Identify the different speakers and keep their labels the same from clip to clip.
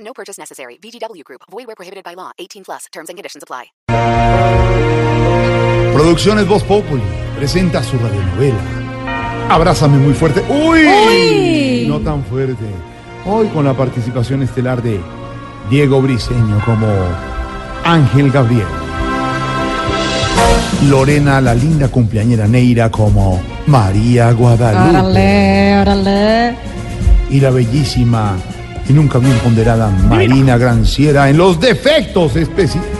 Speaker 1: No purchase necessary. VGW Group. Void where prohibited by law. 18 plus. Terms and conditions apply.
Speaker 2: Producciones Voz Populi presenta su radionovela. Abrázame muy fuerte. ¡Uy! No tan fuerte. Hoy con la participación estelar de Diego Briseño como Ángel Gabriel. Lorena, la linda cumpleañera Neira como María Guadalupe.
Speaker 3: Órale, órale.
Speaker 2: Y la bellísima y nunca bien ponderada Marina Granciera en los defectos especiales.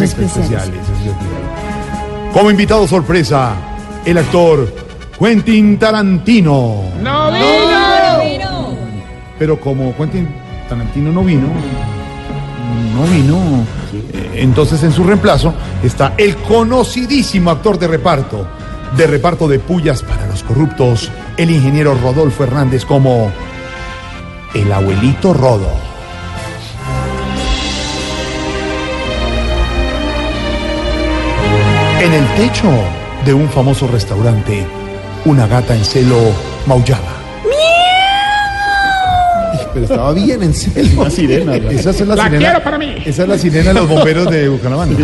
Speaker 2: Efectos
Speaker 3: especiales.
Speaker 2: especiales, especiales. Como invitado sorpresa, el actor Quentin Tarantino.
Speaker 4: ¡No vino!
Speaker 2: Pero como Quentin Tarantino no vino, no vino, eh, entonces en su reemplazo está el conocidísimo actor de reparto, de reparto de pullas para los corruptos, el ingeniero Rodolfo Hernández como el abuelito Rodo. En el techo de un famoso restaurante, una gata en celo maullaba. Pero estaba bien en serio. Una sirena. Esa es la,
Speaker 4: La
Speaker 2: sirena.
Speaker 4: quiero para mí.
Speaker 2: Esa es la sirena de los bomberos de Bucaramanga.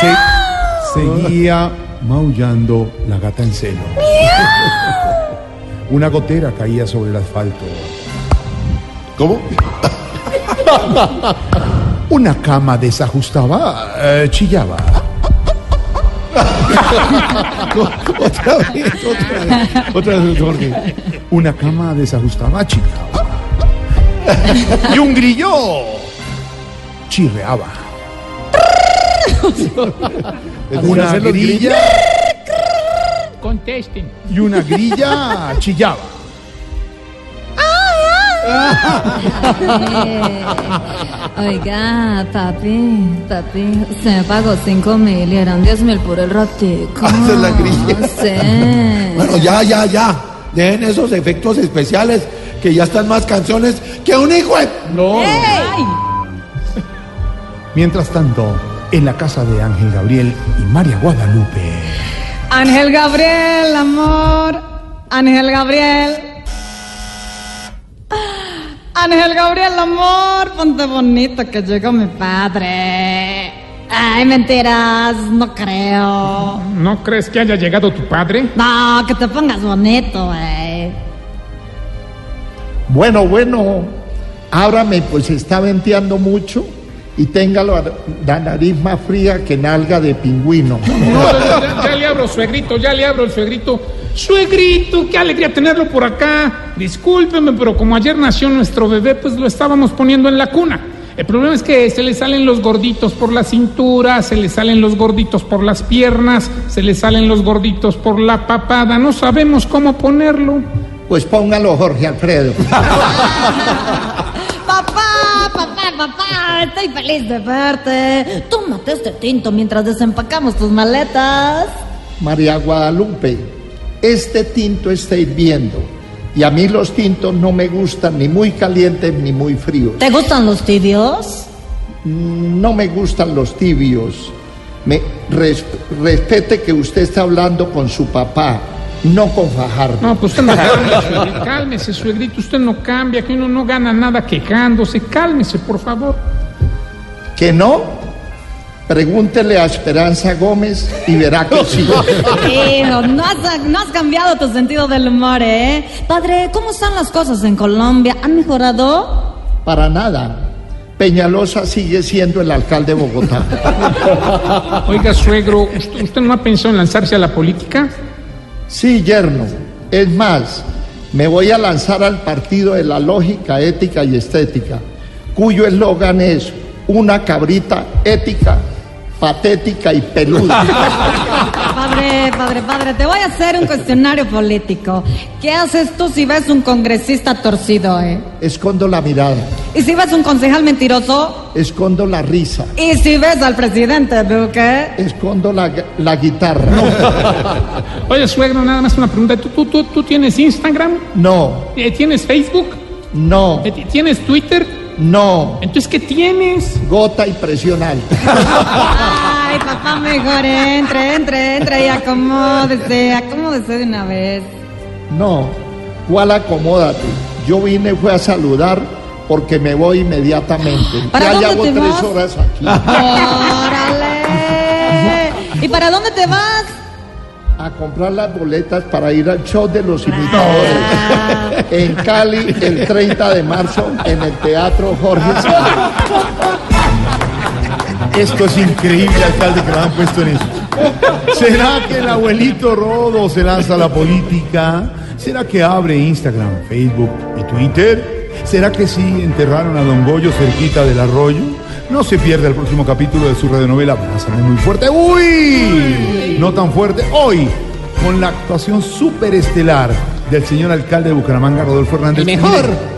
Speaker 2: Se- seguía maullando la gata en celo. Una gotera caía sobre el asfalto. ¿Cómo? Una cama desajustaba, eh, chillaba. otra vez, otra vez. Otra vez, Jorge. Una cama desajustaba, chillaba. y un grillo chirreaba. Una grilla
Speaker 4: Contesten.
Speaker 2: y una grilla chillaba.
Speaker 3: Oiga, papi, papi, se me pagó 5 mil y eran 10 mil por el ratico.
Speaker 5: Ah, Esa es la grilla.
Speaker 3: No sé.
Speaker 5: Bueno, ya, ya, ya. Dejen esos efectos especiales que ya están más canciones que un hijo de...
Speaker 2: No. Mientras tanto, en la casa de Ángel Gabriel y María Guadalupe.
Speaker 3: Ángel Gabriel, amor. Ángel Gabriel. Ángel Gabriel, amor. Ponte bonito que llegó mi padre. Ay, mentiras, no creo.
Speaker 4: ¿No crees que haya llegado tu padre?
Speaker 3: No, que te pongas bonito, güey.
Speaker 6: Bueno, bueno, ábrame, pues está venteando mucho y téngalo a la nariz más fría que nalga de pingüino.
Speaker 4: No, ya, ya le abro, suegrito, ya le abro el suegrito. Suegrito, qué alegría tenerlo por acá. Discúlpeme, pero como ayer nació nuestro bebé, pues lo estábamos poniendo en la cuna. El problema es que se le salen los gorditos por la cintura, se le salen los gorditos por las piernas, se le salen los gorditos por la papada. No sabemos cómo ponerlo.
Speaker 6: Pues póngalo, Jorge Alfredo.
Speaker 3: Papá, papá, papá, estoy feliz de verte. Tómate este tinto mientras desempacamos tus maletas.
Speaker 6: María Guadalupe, este tinto está hirviendo y a mí los tintos no me gustan ni muy calientes ni muy fríos.
Speaker 3: ¿Te gustan los tibios?
Speaker 6: No me gustan los tibios. Me res- respete que usted está hablando con su papá, no con Fajardo.
Speaker 4: No, pues usted no cambia, suegrito. Cálmese, suegrito, usted no cambia, que uno no gana nada quejándose. Cálmese, por favor.
Speaker 6: ¿Que no? Pregúntele a Esperanza Gómez y verá que sí.
Speaker 3: Hijo, no has, no has cambiado tu sentido del humor, ¿eh? Padre, ¿cómo están las cosas en Colombia? ¿Han mejorado?
Speaker 6: Para nada. Peñalosa sigue siendo el alcalde de Bogotá.
Speaker 4: Oiga, suegro, ¿usted, usted no ha pensado en lanzarse a la política?
Speaker 6: Sí, yerno. Es más, me voy a lanzar al partido de la lógica, ética y estética, cuyo eslogan es una cabrita ética patética y peluda.
Speaker 3: Padre, padre, padre, te voy a hacer un cuestionario político. ¿Qué haces tú si ves un congresista torcido, eh?
Speaker 6: Escondo la mirada,
Speaker 3: ¿Y si ves un concejal mentiroso?
Speaker 6: escondo la risa,
Speaker 3: ¿Y si ves al presidente Duque?
Speaker 6: escondo la, la guitarra.
Speaker 4: Oye, suegro, nada más una pregunta. ¿Tú, tú, tú, tú tienes Instagram?
Speaker 6: No,
Speaker 4: Eh, ¿Tienes Facebook?
Speaker 6: no,
Speaker 4: Eh, ¿Tienes Twitter?
Speaker 6: no.
Speaker 4: Entonces, ¿qué tienes?
Speaker 6: Gota y presión alta.
Speaker 3: Ay, papá, mejor entre, entre, entre y acomódese, acomódese de una vez.
Speaker 6: No, ¿cuál acomódate? Yo vine fue a saludar porque me voy inmediatamente.
Speaker 3: ¿Para
Speaker 6: ya
Speaker 3: dónde te
Speaker 6: llevo tres
Speaker 3: vas?
Speaker 6: horas aquí.
Speaker 3: ¡Órale! ¿Y para dónde te vas?
Speaker 6: A comprar las boletas para ir al show de los imitadores.
Speaker 3: Ah.
Speaker 6: En Cali, el 30 de marzo, en el Teatro Jorge Sala.
Speaker 2: Esto es increíble, alcalde, que lo han puesto en eso. ¿Será que el abuelito Rodo se lanza a la política? ¿Será que abre Instagram, Facebook y Twitter? ¿Será que sí enterraron a Don Goyo cerquita del arroyo? No se pierda el próximo capítulo de su radionovela. Abrázame muy fuerte. ¡Uy! No tan fuerte. Hoy, con la actuación superestelar del señor alcalde de Bucaramanga, Rodolfo Hernández.
Speaker 4: El mejor.